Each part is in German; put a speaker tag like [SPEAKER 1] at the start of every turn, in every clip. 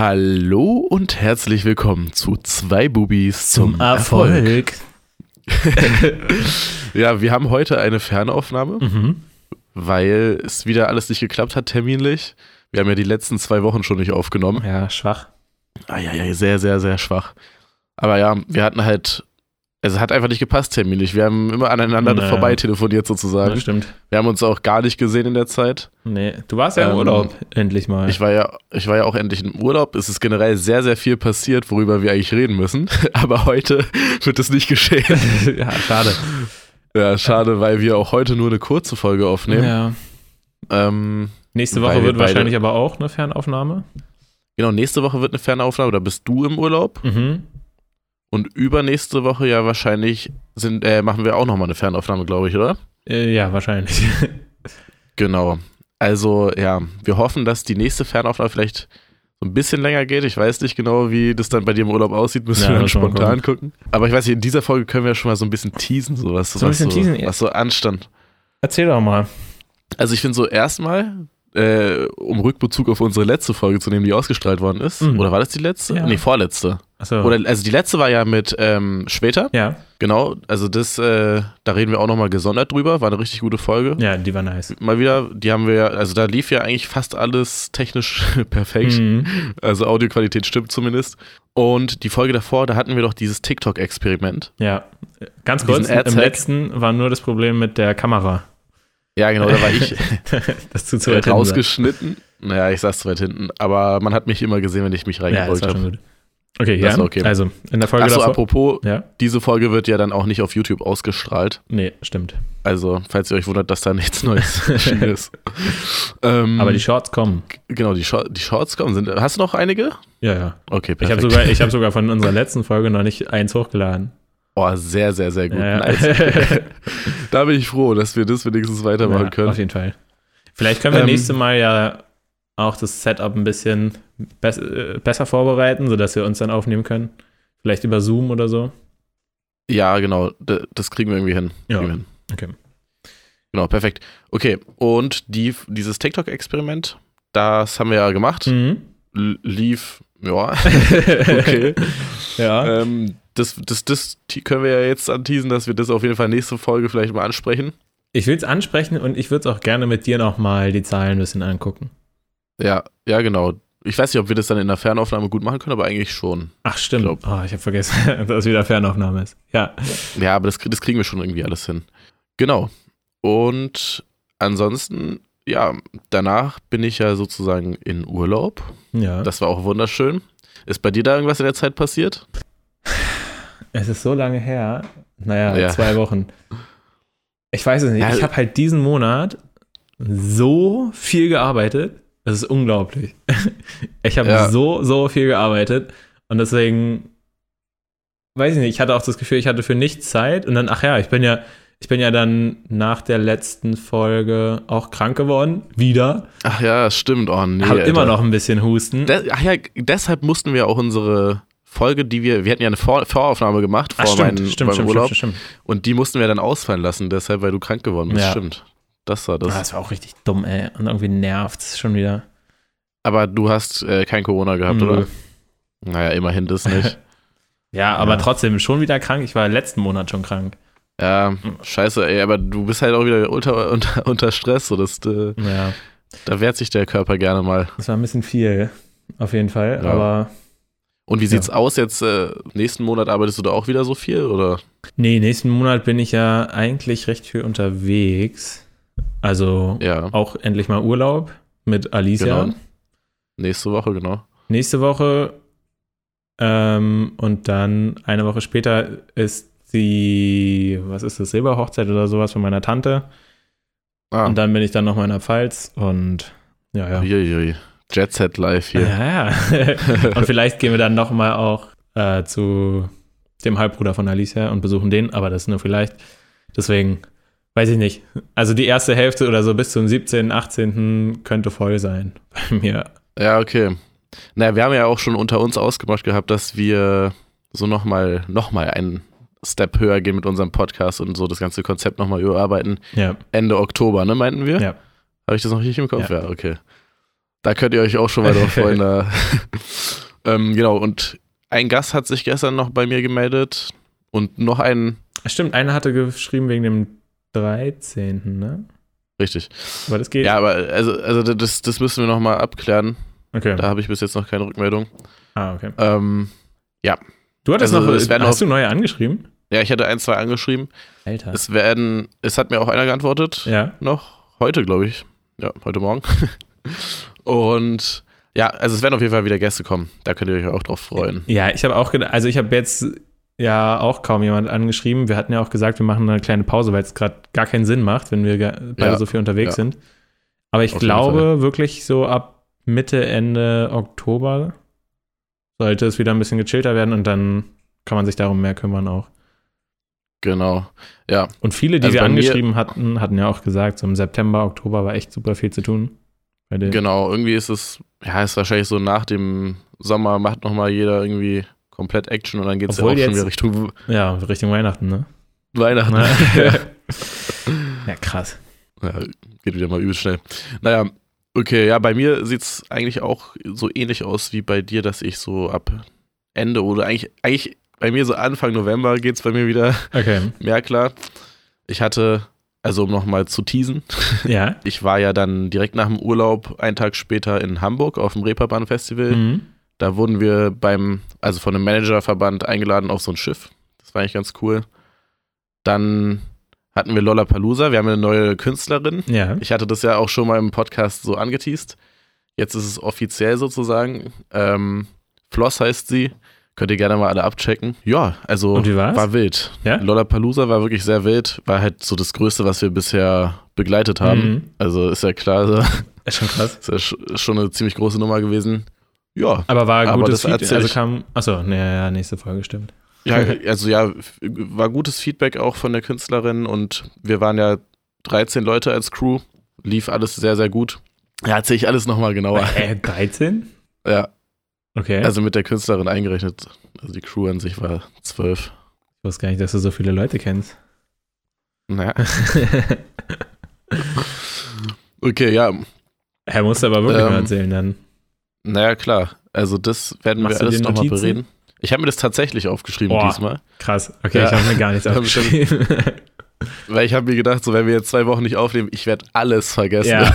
[SPEAKER 1] Hallo und herzlich willkommen zu zwei Bubis zum,
[SPEAKER 2] Zum
[SPEAKER 1] Erfolg.
[SPEAKER 2] Mhm. Erfolg.
[SPEAKER 1] Ja, wir haben heute eine Fernaufnahme,
[SPEAKER 2] Mhm.
[SPEAKER 1] weil es wieder alles nicht geklappt hat terminlich. Wir haben ja die letzten zwei Wochen schon nicht aufgenommen.
[SPEAKER 2] Ja, schwach.
[SPEAKER 1] Ah, ja, ja, sehr, sehr, sehr schwach. Aber ja, wir hatten halt, es hat einfach nicht gepasst terminlich. Wir haben immer aneinander
[SPEAKER 2] Naja.
[SPEAKER 1] vorbei telefoniert sozusagen.
[SPEAKER 2] Das stimmt.
[SPEAKER 1] Wir haben uns auch gar nicht gesehen in der Zeit.
[SPEAKER 2] Nee, du warst ja im
[SPEAKER 1] Ähm,
[SPEAKER 2] Urlaub, endlich mal.
[SPEAKER 1] Ich war ja, ich war ja auch endlich im Urlaub. Es ist generell sehr, sehr viel passiert, worüber wir eigentlich reden müssen. Aber heute wird es nicht geschehen.
[SPEAKER 2] ja, schade.
[SPEAKER 1] Ja, schade, weil wir auch heute nur eine kurze Folge aufnehmen.
[SPEAKER 2] Ja.
[SPEAKER 1] Ähm,
[SPEAKER 2] Nächste
[SPEAKER 1] Weil
[SPEAKER 2] Woche
[SPEAKER 1] wir
[SPEAKER 2] wird
[SPEAKER 1] beide-
[SPEAKER 2] wahrscheinlich aber auch eine Fernaufnahme.
[SPEAKER 1] genau, nächste Woche wird eine Fernaufnahme, da bist du im Urlaub.
[SPEAKER 2] Mhm.
[SPEAKER 1] Und übernächste Woche ja wahrscheinlich sind, äh, machen wir auch nochmal eine Fernaufnahme, glaube ich, oder?
[SPEAKER 2] Äh, ja, wahrscheinlich.
[SPEAKER 1] Genau. Also ja, wir hoffen, dass die nächste Fernaufnahme vielleicht so ein bisschen länger geht. Ich weiß nicht genau, wie das dann bei dir im Urlaub aussieht, müssen
[SPEAKER 2] Ja,
[SPEAKER 1] wir dann
[SPEAKER 2] müssen wir mal
[SPEAKER 1] spontan gucken. Aber ich weiß nicht, in dieser Folge können wir schon mal so ein bisschen teasen, sowas,
[SPEAKER 2] So ein bisschen
[SPEAKER 1] was,
[SPEAKER 2] teasen,
[SPEAKER 1] so,
[SPEAKER 2] ja.
[SPEAKER 1] was so anstand.
[SPEAKER 2] Erzähl doch mal.
[SPEAKER 1] Also ich finde so erstmal, äh, um Rückbezug auf unsere letzte Folge zu nehmen, die ausgestrahlt worden ist.
[SPEAKER 2] Mhm.
[SPEAKER 1] Oder war das die letzte?
[SPEAKER 2] Ja.
[SPEAKER 1] Nee, vorletzte.
[SPEAKER 2] Achso.
[SPEAKER 1] Oder also die letzte war ja mit ähm, später,
[SPEAKER 2] ja.
[SPEAKER 1] genau. Also das, äh, da reden wir auch nochmal gesondert drüber. War eine richtig gute Folge
[SPEAKER 2] ja, die war nice.
[SPEAKER 1] mal wieder, die haben wir, ja- also da lief ja eigentlich fast alles technisch perfekt.
[SPEAKER 2] Mhm.
[SPEAKER 1] Also Audioqualität stimmt zumindest. Und die Folge davor, da hatten wir doch dieses TikTok-Experiment.
[SPEAKER 2] Ja. Ganz
[SPEAKER 1] Diesen
[SPEAKER 2] kurz, im
[SPEAKER 1] Ad-Hack.
[SPEAKER 2] letzten war nur das Problem mit der Kamera.
[SPEAKER 1] Ja, genau, da war ich
[SPEAKER 2] das zu zu weit hinten war.
[SPEAKER 1] Äh, rausgeschnitten. Naja, ich saß zu weit hinten, aber man hat mich immer gesehen, wenn ich mich
[SPEAKER 2] Ja, das
[SPEAKER 1] reingerollt
[SPEAKER 2] war schon
[SPEAKER 1] habe.
[SPEAKER 2] gut. Okay,
[SPEAKER 1] Das
[SPEAKER 2] ja.
[SPEAKER 1] war okay.
[SPEAKER 2] Also, in der Folge
[SPEAKER 1] Achso,
[SPEAKER 2] davor.
[SPEAKER 1] apropos,
[SPEAKER 2] Ja,
[SPEAKER 1] diese Folge wird ja dann auch nicht auf YouTube ausgestrahlt.
[SPEAKER 2] nee, stimmt.
[SPEAKER 1] Also, falls ihr euch wundert, dass da nichts Neues erschienen ist. Ähm,
[SPEAKER 2] Aber die Shorts kommen.
[SPEAKER 1] genau, die, Shor- die Shorts kommen. Sind, hast du noch einige?
[SPEAKER 2] Ja, ja.
[SPEAKER 1] Okay,
[SPEAKER 2] Ich habe
[SPEAKER 1] perfekt.
[SPEAKER 2] sogar, ich hab sogar von unserer letzten Folge noch nicht eins hochgeladen.
[SPEAKER 1] Oh, sehr, sehr, sehr gut.
[SPEAKER 2] Ja, ja.
[SPEAKER 1] Nice. Da bin ich froh, dass wir das wenigstens weitermachen
[SPEAKER 2] Ja, Auf
[SPEAKER 1] können.
[SPEAKER 2] jeden Fall. Vielleicht können wir
[SPEAKER 1] Ähm,
[SPEAKER 2] nächstes Mal ja auch das Setup ein bisschen bess äh, besser vorbereiten, sodass wir uns dann aufnehmen können. Vielleicht über Zoom oder so.
[SPEAKER 1] Ja, genau. D- Das kriegen wir irgendwie hin.
[SPEAKER 2] Ja,
[SPEAKER 1] Kriegen wir hin.
[SPEAKER 2] okay.
[SPEAKER 1] Genau, perfekt. Okay, und die, dieses TikTok-Experiment, das haben wir ja
[SPEAKER 2] Hm.
[SPEAKER 1] gemacht.
[SPEAKER 2] Mhm.
[SPEAKER 1] L- Lief, ja, okay.
[SPEAKER 2] Ja.
[SPEAKER 1] ähm, das, das, das t- können wir ja jetzt anteasen, dass wir das auf jeden Fall nächste Folge vielleicht mal ansprechen.
[SPEAKER 2] Ich will es ansprechen und ich würde es auch gerne mit dir nochmal die Zahlen ein bisschen angucken.
[SPEAKER 1] Ja, ja, genau. Ich weiß nicht, ob wir das dann in der Fernaufnahme gut machen können, aber eigentlich schon.
[SPEAKER 2] Ach, stimmt.
[SPEAKER 1] Glaub.
[SPEAKER 2] Oh, ich habe vergessen, dass es wieder Fernaufnahme ist. Ja.
[SPEAKER 1] Ja, aber das, krie- das kriegen wir schon irgendwie alles hin. Genau. Und ansonsten, ja, danach bin ich ja sozusagen in Urlaub.
[SPEAKER 2] Ja.
[SPEAKER 1] Das war auch wunderschön. Ist bei dir da irgendwas in der Zeit passiert?
[SPEAKER 2] Es ist so lange her. Naja,
[SPEAKER 1] Ja.
[SPEAKER 2] zwei Wochen. Ich weiß es nicht.
[SPEAKER 1] Ja. also
[SPEAKER 2] Ich habe halt diesen Monat so viel gearbeitet. Es ist unglaublich. Ich habe
[SPEAKER 1] Ja.
[SPEAKER 2] so, so viel gearbeitet. Und deswegen, weiß ich nicht, ich hatte auch das Gefühl, ich hatte für nichts Zeit. Und dann, ach ja, ich bin ja, ich bin ja dann nach der letzten Folge auch krank geworden. Wieder.
[SPEAKER 1] Ach ja, stimmt. Oh nee.
[SPEAKER 2] Hab
[SPEAKER 1] Alter.
[SPEAKER 2] immer noch ein bisschen Husten.
[SPEAKER 1] De ach ja, deshalb mussten wir auch unsere Folge, die wir, wir hatten ja eine Vor Voraufnahme gemacht vor
[SPEAKER 2] Ach, stimmt,
[SPEAKER 1] meinem,
[SPEAKER 2] stimmt,
[SPEAKER 1] meinem
[SPEAKER 2] stimmt,
[SPEAKER 1] Urlaub
[SPEAKER 2] stimmt, stimmt, stimmt.
[SPEAKER 1] und die mussten wir dann ausfallen lassen, deshalb, weil du krank geworden bist.
[SPEAKER 2] Ja.
[SPEAKER 1] Stimmt. Das war das.
[SPEAKER 2] Ah, das war auch richtig dumm, ey. Und irgendwie nervt's schon wieder. Hm.
[SPEAKER 1] Aber du hast äh, kein Corona gehabt,
[SPEAKER 2] Nö.
[SPEAKER 1] oder? Naja, immerhin das nicht.
[SPEAKER 2] Ja, aber
[SPEAKER 1] Ja.
[SPEAKER 2] trotzdem schon wieder krank. Ich war letzten Monat schon krank.
[SPEAKER 1] Ja, scheiße, ey, aber du bist halt auch wieder unter, unter, unter Stress, so das, äh,
[SPEAKER 2] Ja,
[SPEAKER 1] da wehrt sich der Körper gerne mal.
[SPEAKER 2] das war ein bisschen viel, auf jeden Fall.
[SPEAKER 1] Ja.
[SPEAKER 2] Aber
[SPEAKER 1] Und wie
[SPEAKER 2] Ja.
[SPEAKER 1] sieht's aus jetzt? Äh, nächsten Monat arbeitest du da auch wieder so viel, oder?
[SPEAKER 2] nee, nächsten Monat bin ich ja eigentlich recht viel unterwegs. Also
[SPEAKER 1] Ja,
[SPEAKER 2] auch endlich mal Urlaub mit Alicia.
[SPEAKER 1] Genau. nächste Woche, genau.
[SPEAKER 2] Nächste Woche ähm, und dann eine Woche später ist die, was ist das, Silberhochzeit oder sowas von meiner Tante.
[SPEAKER 1] Ah,
[SPEAKER 2] Und dann bin ich dann nochmal in der Pfalz und ja, ja.
[SPEAKER 1] uiuiui. Jet Set Live hier.
[SPEAKER 2] Ja, Ah, ja. Und vielleicht gehen wir dann nochmal auch äh, zu dem Halbbruder von Alicia und besuchen den, aber das nur vielleicht. Deswegen weiß ich nicht. Also die erste Hälfte oder so bis zum 17., 18. könnte voll sein bei mir.
[SPEAKER 1] ja, okay. Naja, wir haben ja auch schon unter uns ausgemacht gehabt, dass wir so nochmal noch mal einen Step höher gehen mit unserem Podcast und so das ganze Konzept nochmal überarbeiten.
[SPEAKER 2] Ja,
[SPEAKER 1] Ende Oktober, ne, meinten wir?
[SPEAKER 2] Ja.
[SPEAKER 1] Habe ich das noch richtig im Kopf?
[SPEAKER 2] Ja.
[SPEAKER 1] Ja, okay. Da könnt ihr euch auch schon mal drauf freuen. Da Ähm, genau, und ein Gast hat sich gestern noch bei mir gemeldet und noch ein,
[SPEAKER 2] Stimmt, einer hatte geschrieben wegen dem 13., ne?
[SPEAKER 1] richtig.
[SPEAKER 2] Aber das geht.
[SPEAKER 1] Ja, aber also, also das, das müssen wir nochmal abklären.
[SPEAKER 2] okay.
[SPEAKER 1] Da habe ich bis jetzt noch keine Rückmeldung.
[SPEAKER 2] Ah, okay.
[SPEAKER 1] Ähm,
[SPEAKER 2] Du hattest
[SPEAKER 1] Also,
[SPEAKER 2] noch,
[SPEAKER 1] es werden
[SPEAKER 2] hast du neue angeschrieben?
[SPEAKER 1] ja, ich hatte ein, zwei angeschrieben.
[SPEAKER 2] Alter.
[SPEAKER 1] Es werden, es hat mir auch einer geantwortet.
[SPEAKER 2] ja.
[SPEAKER 1] noch. Heute, glaube ich. Ja, heute Morgen. Und ja, also es werden auf jeden Fall wieder Gäste kommen. Da könnt ihr euch auch drauf freuen.
[SPEAKER 2] Ja, ich habe auch gedacht, also ich habe jetzt ja auch kaum jemand angeschrieben. Wir hatten ja auch gesagt, wir machen eine kleine Pause, weil es gerade gar keinen Sinn macht, wenn wir ga- beide
[SPEAKER 1] Ja,
[SPEAKER 2] so viel unterwegs
[SPEAKER 1] ja.
[SPEAKER 2] sind. Aber ich
[SPEAKER 1] Auf jeden
[SPEAKER 2] glaube wirklich so ab Mitte, Ende Oktober sollte es wieder ein bisschen gechillter werden und dann kann man sich darum mehr kümmern auch.
[SPEAKER 1] Genau.
[SPEAKER 2] Und viele, die
[SPEAKER 1] Also
[SPEAKER 2] wir
[SPEAKER 1] bei mir-
[SPEAKER 2] angeschrieben hatten, hatten ja auch gesagt, so im September, Oktober war echt super viel zu tun. Bei denen.
[SPEAKER 1] Genau. Irgendwie ist es, ja, ist wahrscheinlich so nach dem Sommer macht nochmal jeder irgendwie komplett Action und dann geht es ja auch
[SPEAKER 2] Obwohl
[SPEAKER 1] schon
[SPEAKER 2] jetzt-
[SPEAKER 1] wieder Richtung
[SPEAKER 2] Ja, Richtung Weihnachten, ne?
[SPEAKER 1] Weihnachten.
[SPEAKER 2] ja, krass.
[SPEAKER 1] Ja, geht wieder mal übel schnell. Naja, okay, ja, bei mir sieht es eigentlich auch so ähnlich aus wie bei dir, dass ich so ab Ende oder eigentlich, eigentlich bei mir so Anfang November geht es bei mir wieder
[SPEAKER 2] Okay.
[SPEAKER 1] Ja, klar. Ich hatte, also um nochmal zu teasen,
[SPEAKER 2] Ja.
[SPEAKER 1] ich war ja dann direkt nach dem Urlaub einen Tag später in Hamburg auf dem Reeperbahn Festival.
[SPEAKER 2] Mhm.
[SPEAKER 1] Da wurden wir beim, also von einem Managerverband eingeladen auf so ein Schiff. Das war eigentlich ganz cool. Dann hatten wir Lollapalooza. Wir haben eine neue Künstlerin.
[SPEAKER 2] Ja.
[SPEAKER 1] Ich hatte das ja auch schon mal im Podcast so angeteased. Jetzt ist es offiziell sozusagen. Ähm, Floss heißt sie. Könnt ihr gerne mal alle abchecken. Ja, also
[SPEAKER 2] Und wie war's?
[SPEAKER 1] war wild.
[SPEAKER 2] Ja?
[SPEAKER 1] Lollapalooza war wirklich sehr wild. War halt so das Größte, was wir bisher begleitet haben.
[SPEAKER 2] Mhm.
[SPEAKER 1] Also ist ja klar,
[SPEAKER 2] Ist schon krass.
[SPEAKER 1] ist ja sch- schon eine ziemlich große Nummer gewesen. Ja,
[SPEAKER 2] Aber war
[SPEAKER 1] Aber
[SPEAKER 2] gutes
[SPEAKER 1] das
[SPEAKER 2] Feedback.
[SPEAKER 1] erzähl
[SPEAKER 2] Also
[SPEAKER 1] ich-
[SPEAKER 2] kam. Achso, ne, ja, nächste Folge, stimmt.
[SPEAKER 1] Ja, also ja, f- war gutes Feedback auch von der Künstlerin und wir waren ja 13 Leute als Crew, lief alles sehr, sehr gut. Ja, erzähl ich alles nochmal genauer.
[SPEAKER 2] Äh, 13?
[SPEAKER 1] Ja,
[SPEAKER 2] Okay.
[SPEAKER 1] also mit der Künstlerin eingerechnet. Also die Crew an sich war 12.
[SPEAKER 2] ich wusste gar nicht, dass du so viele Leute kennst.
[SPEAKER 1] Naja. Okay, ja,
[SPEAKER 2] er muss aber wirklich
[SPEAKER 1] Ähm,
[SPEAKER 2] mal erzählen dann.
[SPEAKER 1] naja, klar. Also das werden
[SPEAKER 2] Machst du
[SPEAKER 1] wir alles
[SPEAKER 2] dir
[SPEAKER 1] nochmal
[SPEAKER 2] Notizen?
[SPEAKER 1] bereden. Ich habe mir das tatsächlich aufgeschrieben
[SPEAKER 2] Boah.
[SPEAKER 1] diesmal,
[SPEAKER 2] Krass. Okay,
[SPEAKER 1] ja.
[SPEAKER 2] ich habe mir gar nichts
[SPEAKER 1] Wir haben
[SPEAKER 2] aufgeschrieben.
[SPEAKER 1] weil ich habe mir gedacht, so wenn wir jetzt zwei Wochen nicht aufnehmen, ich werde alles vergessen.
[SPEAKER 2] ja,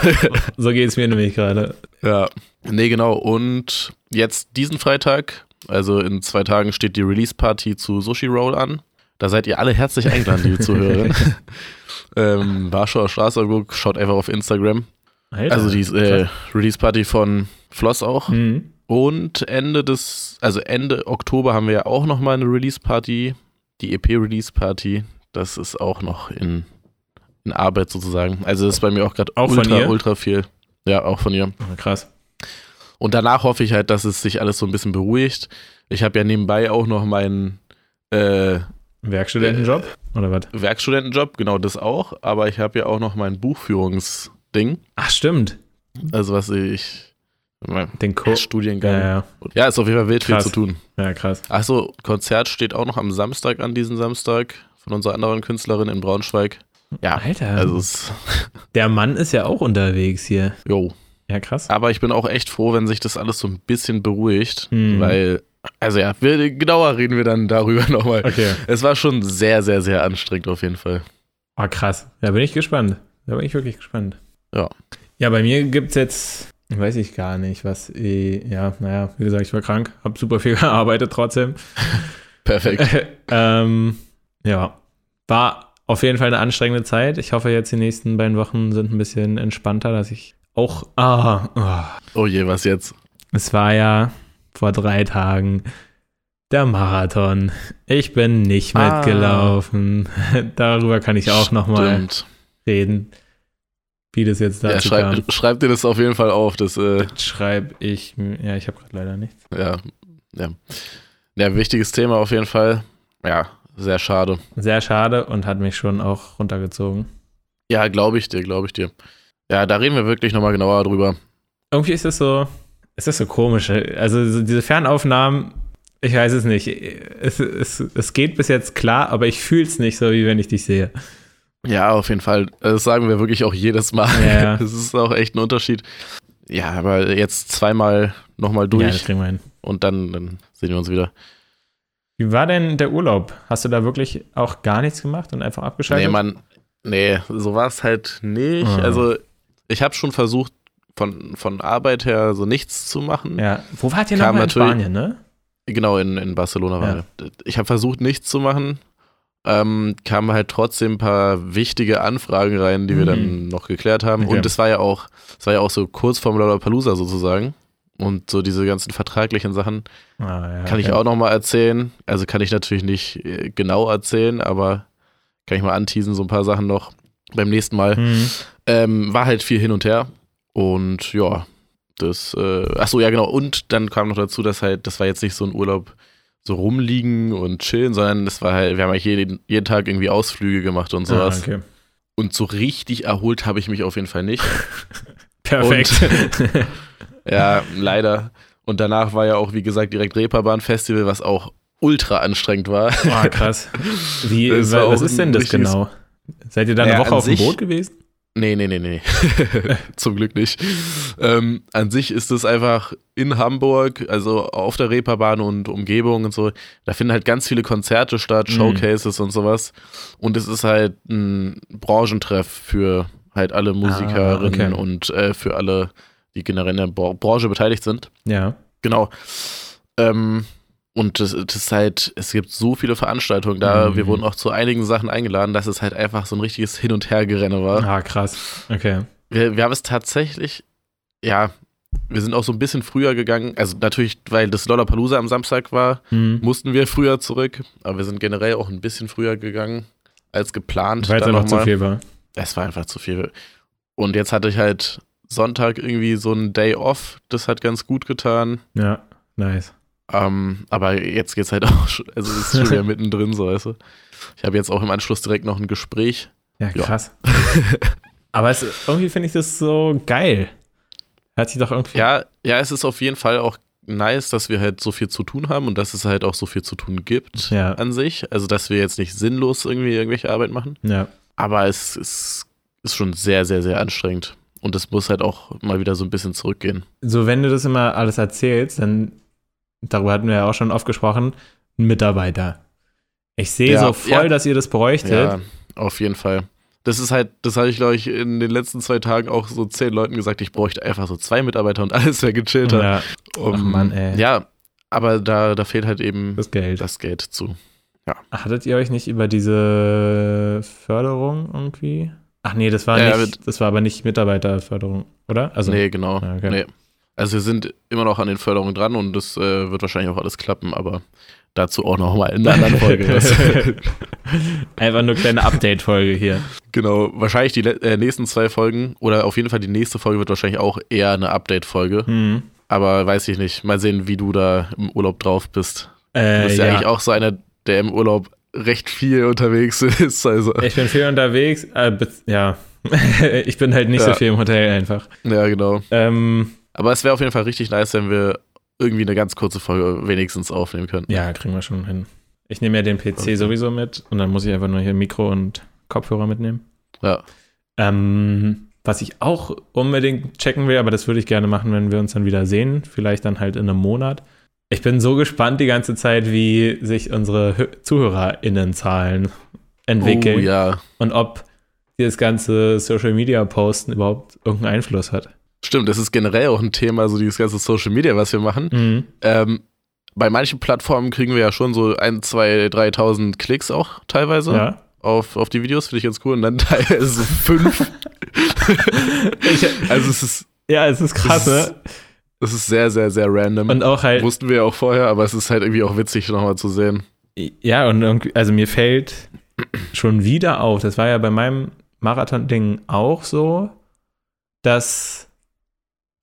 [SPEAKER 2] so geht es mir nämlich gerade.
[SPEAKER 1] Ja, nee, genau. Und jetzt diesen Freitag, also in zwei Tagen, steht die Release-Party zu Sushi Roll an. Da seid ihr alle herzlich eingeladen, liebe Zuhörer. ähm, Warschauer Straßburg, schaut einfach auf Instagram.
[SPEAKER 2] Alter.
[SPEAKER 1] Also die äh, oh. Release-Party von Floss auch.
[SPEAKER 2] Mhm.
[SPEAKER 1] Und Ende des, also Ende Oktober haben wir ja auch nochmal eine Release-Party, die EP-Release-Party. Das ist auch noch in, in Arbeit sozusagen. Also das ist bei mir auch gerade
[SPEAKER 2] Auch von
[SPEAKER 1] ultra,
[SPEAKER 2] ihr?
[SPEAKER 1] ultra viel. Ja, auch von ihr.
[SPEAKER 2] Oh, krass.
[SPEAKER 1] Und danach hoffe ich halt, dass es sich alles so ein bisschen beruhigt. Ich habe ja nebenbei auch noch meinen äh,
[SPEAKER 2] Werkstudentenjob? Oder was?
[SPEAKER 1] Werkstudentenjob, genau das auch, aber ich habe ja auch noch mein Buchführungsding,
[SPEAKER 2] Ach, stimmt.
[SPEAKER 1] also was ich mein
[SPEAKER 2] Den Co.
[SPEAKER 1] Studiengang.
[SPEAKER 2] Ja,
[SPEAKER 1] Ja,
[SPEAKER 2] ja.
[SPEAKER 1] ist auf jeden Fall wild
[SPEAKER 2] Krass.
[SPEAKER 1] viel zu tun.
[SPEAKER 2] ja, krass.
[SPEAKER 1] Achso, Konzert steht auch noch am Samstag an, diesen Samstag, von unserer anderen Künstlerin in Braunschweig. Ja,
[SPEAKER 2] Alter.
[SPEAKER 1] also es,
[SPEAKER 2] der Mann ist ja auch unterwegs hier.
[SPEAKER 1] jo.
[SPEAKER 2] Ja, krass.
[SPEAKER 1] Aber ich bin auch echt froh, wenn sich das alles so ein bisschen beruhigt,
[SPEAKER 2] Mhm.
[SPEAKER 1] weil, also ja, wir, genauer reden wir dann darüber nochmal.
[SPEAKER 2] Okay.
[SPEAKER 1] Es war schon sehr, sehr, sehr anstrengend auf jeden Fall.
[SPEAKER 2] Oh, krass. Da bin ich gespannt. Da bin ich wirklich gespannt.
[SPEAKER 1] Ja.
[SPEAKER 2] Ja, bei mir gibt's jetzt, weiß ich gar nicht, was, eh- ja, naja, wie gesagt, ich war krank, habe super viel gearbeitet trotzdem.
[SPEAKER 1] Perfekt.
[SPEAKER 2] ähm, ja, war auf jeden Fall eine anstrengende Zeit. Ich hoffe, jetzt die nächsten beiden Wochen sind ein bisschen entspannter, dass ich auch, ah, ah,
[SPEAKER 1] Oh je, was jetzt?
[SPEAKER 2] es war ja vor drei Tagen der Marathon. Ich bin nicht
[SPEAKER 1] Ah.
[SPEAKER 2] mitgelaufen. Darüber kann ich auch nochmal
[SPEAKER 1] Stimmt.
[SPEAKER 2] reden, wie das jetzt
[SPEAKER 1] Ja,
[SPEAKER 2] dazu kam.
[SPEAKER 1] schreib, schreib dir das auf jeden Fall auf. Das, äh,
[SPEAKER 2] Das schreibe ich. mir- Ja, ich habe gerade leider nichts.
[SPEAKER 1] ja, ja. Ja, wichtiges Thema auf jeden Fall. Ja, sehr schade.
[SPEAKER 2] Sehr schade und hat mich schon auch runtergezogen.
[SPEAKER 1] Ja, glaube ich dir, glaube ich dir. Ja, da reden wir wirklich nochmal genauer drüber.
[SPEAKER 2] Irgendwie ist es so, es ist so komisch. Also so diese Fernaufnahmen, ich weiß es nicht. Es, es, es geht bis jetzt klar, aber ich fühle es nicht so, wie wenn ich dich sehe.
[SPEAKER 1] Ja, auf jeden Fall. Das sagen wir wirklich auch jedes Mal.
[SPEAKER 2] Ja, ja.
[SPEAKER 1] Das ist auch echt ein Unterschied. Ja, aber jetzt zweimal nochmal
[SPEAKER 2] Ja, das
[SPEAKER 1] durch
[SPEAKER 2] kriegen wir hin.
[SPEAKER 1] und dann, dann sehen wir uns wieder.
[SPEAKER 2] Wie war denn der Urlaub? Hast du da wirklich auch gar nichts gemacht und einfach abgeschaltet?
[SPEAKER 1] Nee, Mann, nee, so war es halt nicht.
[SPEAKER 2] Ah.
[SPEAKER 1] Also, ich habe schon versucht, von, von Arbeit her so nichts zu machen.
[SPEAKER 2] Ja. Wo wart ihr
[SPEAKER 1] Kam
[SPEAKER 2] nochmal in
[SPEAKER 1] natürlich-
[SPEAKER 2] Spanien, ne?
[SPEAKER 1] Genau, in, in Barcelona war
[SPEAKER 2] Ja.
[SPEAKER 1] er. Ich habe versucht, nichts zu machen. Ähm, kamen halt trotzdem ein paar wichtige Anfragen rein, die wir
[SPEAKER 2] Mhm.
[SPEAKER 1] dann noch geklärt haben.
[SPEAKER 2] Okay.
[SPEAKER 1] Und es war ja auch, es war ja auch so kurz vorm Lollapalooza sozusagen. Und so diese ganzen vertraglichen Sachen
[SPEAKER 2] Ah, ja,
[SPEAKER 1] kann ich
[SPEAKER 2] okay.
[SPEAKER 1] auch nochmal erzählen. Also kann ich natürlich nicht äh, genau erzählen, aber kann ich mal anteasen, so ein paar Sachen noch beim nächsten Mal.
[SPEAKER 2] Mhm.
[SPEAKER 1] Ähm, war halt viel hin und her. Und ja, das, äh, ach so, ja, genau. Und dann kam noch dazu, dass halt, das war jetzt nicht so ein Urlaub, so rumliegen und chillen, sondern das war halt, wir haben halt jeden, jeden Tag irgendwie Ausflüge gemacht und sowas.
[SPEAKER 2] Ah, okay.
[SPEAKER 1] Und so richtig erholt habe ich mich auf jeden Fall nicht.
[SPEAKER 2] Perfekt.
[SPEAKER 1] ja, leider. Und danach war ja auch, wie gesagt, direkt Reeperbahn-Festival, was auch ultra anstrengend war.
[SPEAKER 2] Boah, Ah, krass. Wie,
[SPEAKER 1] Das war
[SPEAKER 2] wa- was
[SPEAKER 1] auch
[SPEAKER 2] ist
[SPEAKER 1] ein
[SPEAKER 2] denn das
[SPEAKER 1] richtiges-
[SPEAKER 2] genau? Seid ihr da eine
[SPEAKER 1] Ja,
[SPEAKER 2] Woche
[SPEAKER 1] an
[SPEAKER 2] auf dem
[SPEAKER 1] sich-
[SPEAKER 2] Boot gewesen?
[SPEAKER 1] Nee, nee, nee, nee. Zum Glück nicht. Ähm, an sich ist es einfach in Hamburg, also auf der Reeperbahn und Umgebung und so. Da finden halt ganz viele Konzerte statt,
[SPEAKER 2] Mhm.
[SPEAKER 1] Showcases und sowas. Und es ist halt ein Branchentreff für halt alle Musikerinnen
[SPEAKER 2] Ah, okay.
[SPEAKER 1] und äh, für alle, die generell in der Bra Branche beteiligt sind.
[SPEAKER 2] Ja.
[SPEAKER 1] Genau. Ähm, und das, das ist halt, es gibt so viele Veranstaltungen da.
[SPEAKER 2] Mhm.
[SPEAKER 1] Wir wurden auch zu einigen Sachen eingeladen, dass es halt einfach so ein richtiges Hin- und Hergerenne war.
[SPEAKER 2] Ah, krass. Okay.
[SPEAKER 1] Wir, wir haben es tatsächlich, ja, wir sind auch so ein bisschen früher gegangen. Also natürlich, weil das Lollapalooza am Samstag war,
[SPEAKER 2] Mhm.
[SPEAKER 1] mussten wir früher zurück. Aber wir sind generell auch ein bisschen früher gegangen als geplant.
[SPEAKER 2] Weil es
[SPEAKER 1] Da
[SPEAKER 2] einfach zu
[SPEAKER 1] nochmal.
[SPEAKER 2] viel war.
[SPEAKER 1] Es war einfach zu viel. Und jetzt hatte ich halt Sonntag irgendwie so einen Day off. Das hat ganz gut getan.
[SPEAKER 2] Ja, nice.
[SPEAKER 1] Ähm, aber jetzt geht's halt auch schon, also es ist schon wieder mittendrin, so weißt du. Ich habe jetzt auch im Anschluss direkt noch ein Gespräch.
[SPEAKER 2] Ja,
[SPEAKER 1] Ja.
[SPEAKER 2] krass. Aber es, irgendwie finde ich das so geil. Hört sich doch irgendwie.
[SPEAKER 1] Ja, ja, es ist auf jeden Fall auch nice, dass wir halt so viel zu tun haben und dass es halt auch so viel zu tun gibt
[SPEAKER 2] Ja.
[SPEAKER 1] an sich. Also, dass wir jetzt nicht sinnlos irgendwie irgendwelche Arbeit machen.
[SPEAKER 2] ja.
[SPEAKER 1] Aber es ist, ist schon sehr, sehr, sehr anstrengend. Und es muss halt auch mal wieder so ein bisschen zurückgehen.
[SPEAKER 2] so wenn du das immer alles erzählst, dann, darüber hatten wir ja auch schon oft gesprochen, ein Mitarbeiter. Ich sehe
[SPEAKER 1] Ja,
[SPEAKER 2] so voll,
[SPEAKER 1] ja.
[SPEAKER 2] dass ihr das bräuchtet.
[SPEAKER 1] Ja, auf jeden Fall. Das ist halt, das habe ich, glaube ich, in den letzten zwei Tagen auch so zehn Leuten gesagt, ich bräuchte einfach so zwei Mitarbeiter und alles wäre gechillter.
[SPEAKER 2] Ja,
[SPEAKER 1] Um,
[SPEAKER 2] Ach Mann, ey.
[SPEAKER 1] Ja, aber da, da fehlt halt eben
[SPEAKER 2] das Geld.
[SPEAKER 1] das Geld zu.
[SPEAKER 2] Hattet ihr euch nicht über diese Förderung irgendwie? Ach nee, das war,
[SPEAKER 1] Ja,
[SPEAKER 2] nicht, das war aber nicht Mitarbeiterförderung, oder? Also,
[SPEAKER 1] nee, genau.
[SPEAKER 2] Ja, okay.
[SPEAKER 1] nee. Also wir sind immer noch an den Förderungen dran und das äh, wird wahrscheinlich auch alles klappen, aber dazu auch nochmal in einer anderen Folge. Das,
[SPEAKER 2] Einfach nur kleine Update-Folge hier.
[SPEAKER 1] genau, wahrscheinlich die le- äh, nächsten zwei Folgen oder auf jeden Fall die nächste Folge wird wahrscheinlich auch eher eine Update-Folge,
[SPEAKER 2] Hm.
[SPEAKER 1] aber weiß ich nicht. Mal sehen, wie du da im Urlaub drauf bist. Du
[SPEAKER 2] Äh,
[SPEAKER 1] bist ja, eigentlich auch so einer, der im Urlaub recht viel unterwegs ist. Also,
[SPEAKER 2] Ich bin viel unterwegs. Äh, be- ja, ich bin halt nicht so
[SPEAKER 1] Ja.
[SPEAKER 2] viel im Hotel einfach.
[SPEAKER 1] ja, genau.
[SPEAKER 2] Ähm,
[SPEAKER 1] Aber es wäre auf jeden Fall richtig nice, wenn wir irgendwie eine ganz kurze Folge wenigstens aufnehmen könnten.
[SPEAKER 2] Ja, kriegen wir schon hin. Ich nehme ja den PC sowieso mit und dann muss ich einfach nur hier Mikro und Kopfhörer mitnehmen.
[SPEAKER 1] Ja.
[SPEAKER 2] Ähm, was ich auch unbedingt checken will, aber das würde ich gerne machen, wenn wir uns dann wieder sehen. Vielleicht dann halt in einem Monat. Ich bin so gespannt die ganze Zeit, wie sich unsere Hö- ZuhörerInnenzahlen entwickeln
[SPEAKER 1] Oh ja.
[SPEAKER 2] und ob dieses ganze Social Media Posten überhaupt irgendeinen Einfluss hat.
[SPEAKER 1] Stimmt, das ist generell auch ein Thema, so dieses ganze Social Media, was wir machen.
[SPEAKER 2] Mhm.
[SPEAKER 1] Ähm, bei manchen Plattformen kriegen wir ja schon so 1, 2, 3.000 Klicks auch teilweise
[SPEAKER 2] Ja.
[SPEAKER 1] auf, auf die Videos, finde ich ganz cool. Und dann teilweise so fünf. also es ist,
[SPEAKER 2] ja, es ist krass,
[SPEAKER 1] Es
[SPEAKER 2] ne?
[SPEAKER 1] ist- es ist sehr, sehr, sehr random.
[SPEAKER 2] Und auch halt.
[SPEAKER 1] Wussten wir ja auch vorher, aber es ist halt irgendwie auch witzig, nochmal zu sehen.
[SPEAKER 2] Ja, und irgendwie, also mir fällt schon wieder auf, das war ja bei meinem Marathon-Ding auch so, dass,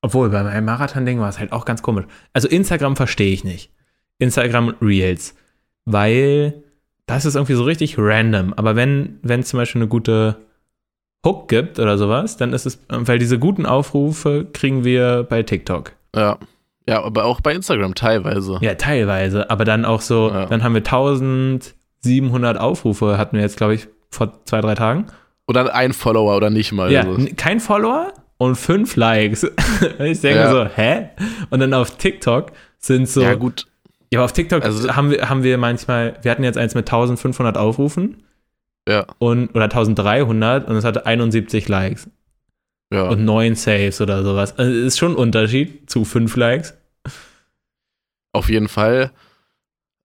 [SPEAKER 2] obwohl bei meinem Marathon-Ding war es halt auch ganz komisch. Also Instagram verstehe ich nicht. Instagram Reels, weil das ist irgendwie so richtig random. Aber wenn wenn es zum Beispiel eine gute Hook gibt oder sowas, dann ist es, weil diese guten Aufrufe kriegen wir bei TikTok.
[SPEAKER 1] Ja. Ja, aber auch bei Instagram teilweise.
[SPEAKER 2] Ja, teilweise, aber dann auch so,
[SPEAKER 1] Ja.
[SPEAKER 2] dann haben wir 1700 Aufrufe, hatten wir jetzt, glaube ich, vor zwei, drei Tagen.
[SPEAKER 1] Oder ein Follower oder nicht mal.
[SPEAKER 2] ja,
[SPEAKER 1] Also,
[SPEAKER 2] n- kein Follower, und fünf Likes. Und ich denke
[SPEAKER 1] Ja.
[SPEAKER 2] so, hä? Und dann auf TikTok sind so.
[SPEAKER 1] Ja, gut.
[SPEAKER 2] Ja, aber auf TikTok
[SPEAKER 1] Also-
[SPEAKER 2] haben, wir, haben wir manchmal, wir hatten jetzt eins mit 1500 Aufrufen
[SPEAKER 1] Ja,
[SPEAKER 2] und, oder 1300 und es hatte 71 Likes
[SPEAKER 1] ja.
[SPEAKER 2] und 9 Saves oder sowas. Also es ist schon ein Unterschied zu 5 Likes.
[SPEAKER 1] Auf jeden Fall.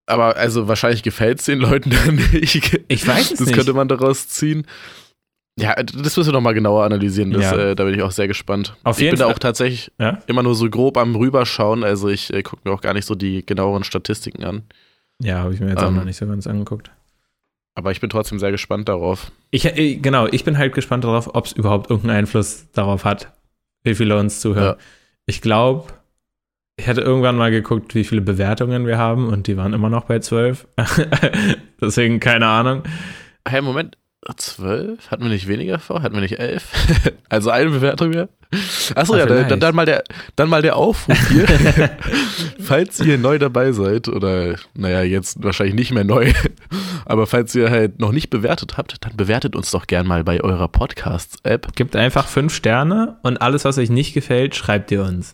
[SPEAKER 1] Aber also wahrscheinlich gefällt es den Leuten dann nicht.
[SPEAKER 2] Ich weiß es
[SPEAKER 1] das
[SPEAKER 2] nicht.
[SPEAKER 1] könnte man daraus ziehen. Ja, das müssen wir nochmal genauer analysieren. Das,
[SPEAKER 2] Ja.
[SPEAKER 1] äh, da bin ich auch sehr gespannt.
[SPEAKER 2] Auf
[SPEAKER 1] ich
[SPEAKER 2] jeden
[SPEAKER 1] bin da
[SPEAKER 2] Fall.
[SPEAKER 1] auch tatsächlich
[SPEAKER 2] Ja.
[SPEAKER 1] immer nur so grob am Rüberschauen. Also ich äh, gucke mir auch gar nicht so die genaueren Statistiken an.
[SPEAKER 2] Ja, habe ich mir jetzt auch
[SPEAKER 1] Ähm.
[SPEAKER 2] noch nicht so ganz angeguckt.
[SPEAKER 1] Aber ich bin trotzdem sehr gespannt darauf.
[SPEAKER 2] Ich, äh, genau, ich bin halt gespannt darauf, ob es überhaupt irgendeinen Einfluss darauf hat, wie viele uns zuhören. Ich glaube, ich hatte irgendwann mal geguckt, wie viele Bewertungen wir haben und die waren immer noch bei 12. Deswegen keine Ahnung.
[SPEAKER 1] Hey, Moment. 12? Hatten wir nicht weniger vor? Hatten wir nicht 11? also eine Bewertung mehr? Achso,
[SPEAKER 2] Ah,
[SPEAKER 1] ja, dann,
[SPEAKER 2] vielleicht.
[SPEAKER 1] dann, mal der, dann mal der Aufruf hier. falls ihr neu dabei seid, oder naja, jetzt wahrscheinlich nicht mehr neu, aber falls ihr halt noch nicht bewertet habt, dann bewertet uns doch gern mal bei eurer Podcast-App.
[SPEAKER 2] Gibt einfach fünf Sterne und alles, was euch nicht gefällt, schreibt ihr uns.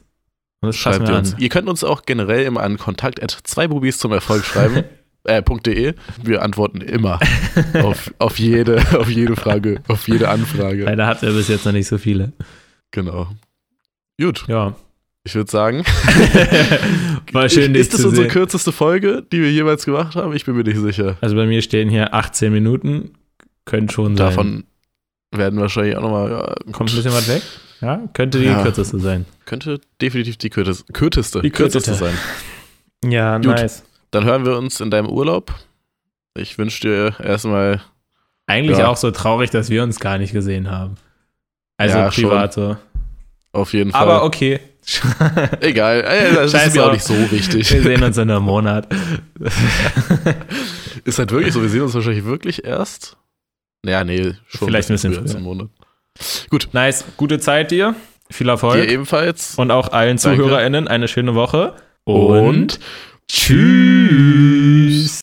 [SPEAKER 2] Und das schreibt
[SPEAKER 1] Schreibt
[SPEAKER 2] wir
[SPEAKER 1] ihr
[SPEAKER 2] an.
[SPEAKER 1] uns. Ihr könnt uns auch generell immer an kontakt zwei Bubis zum Erfolg schreiben. Äh, .de. Wir antworten immer auf, auf, jede, auf jede Frage, auf jede Anfrage.
[SPEAKER 2] Leider hat er bis jetzt noch nicht so viele.
[SPEAKER 1] Genau. Gut,
[SPEAKER 2] Ja.
[SPEAKER 1] ich würde sagen,
[SPEAKER 2] War schön, dich
[SPEAKER 1] ist das
[SPEAKER 2] zu
[SPEAKER 1] unsere
[SPEAKER 2] sehen.
[SPEAKER 1] kürzeste Folge, die wir jemals gemacht haben? Ich bin mir nicht sicher.
[SPEAKER 2] also bei mir stehen hier 18 Minuten. Können schon sein.
[SPEAKER 1] Davon werden wahrscheinlich auch nochmal. Ja,
[SPEAKER 2] kommt ein bisschen was weg. Ja, könnte die
[SPEAKER 1] Ja.
[SPEAKER 2] kürzeste sein.
[SPEAKER 1] Könnte definitiv die kürtes, kürzeste,
[SPEAKER 2] Die kürzeste.
[SPEAKER 1] kürzeste sein.
[SPEAKER 2] Ja,
[SPEAKER 1] Gut.
[SPEAKER 2] nice.
[SPEAKER 1] Dann hören wir uns in deinem Urlaub. Ich wünsche dir erstmal,
[SPEAKER 2] Eigentlich
[SPEAKER 1] Ja.
[SPEAKER 2] auch so traurig, dass wir uns gar nicht gesehen haben. Also
[SPEAKER 1] Ja,
[SPEAKER 2] privat so.
[SPEAKER 1] auf jeden Fall.
[SPEAKER 2] Aber okay. wir
[SPEAKER 1] Egal, ey, das
[SPEAKER 2] Scheiß
[SPEAKER 1] ist mir auch
[SPEAKER 2] drauf.
[SPEAKER 1] nicht so wichtig.
[SPEAKER 2] sehen uns in einem Monat.
[SPEAKER 1] ist halt wirklich so, wir sehen uns wahrscheinlich wirklich erst. Naja, nee, schon
[SPEAKER 2] Vielleicht ein bisschen
[SPEAKER 1] als im Monat. Gut,
[SPEAKER 2] nice. Gute Zeit dir. Viel Erfolg.
[SPEAKER 1] dir ebenfalls.
[SPEAKER 2] Und auch allen
[SPEAKER 1] Danke.
[SPEAKER 2] ZuhörerInnen eine schöne Woche.
[SPEAKER 1] Und
[SPEAKER 2] tschüss.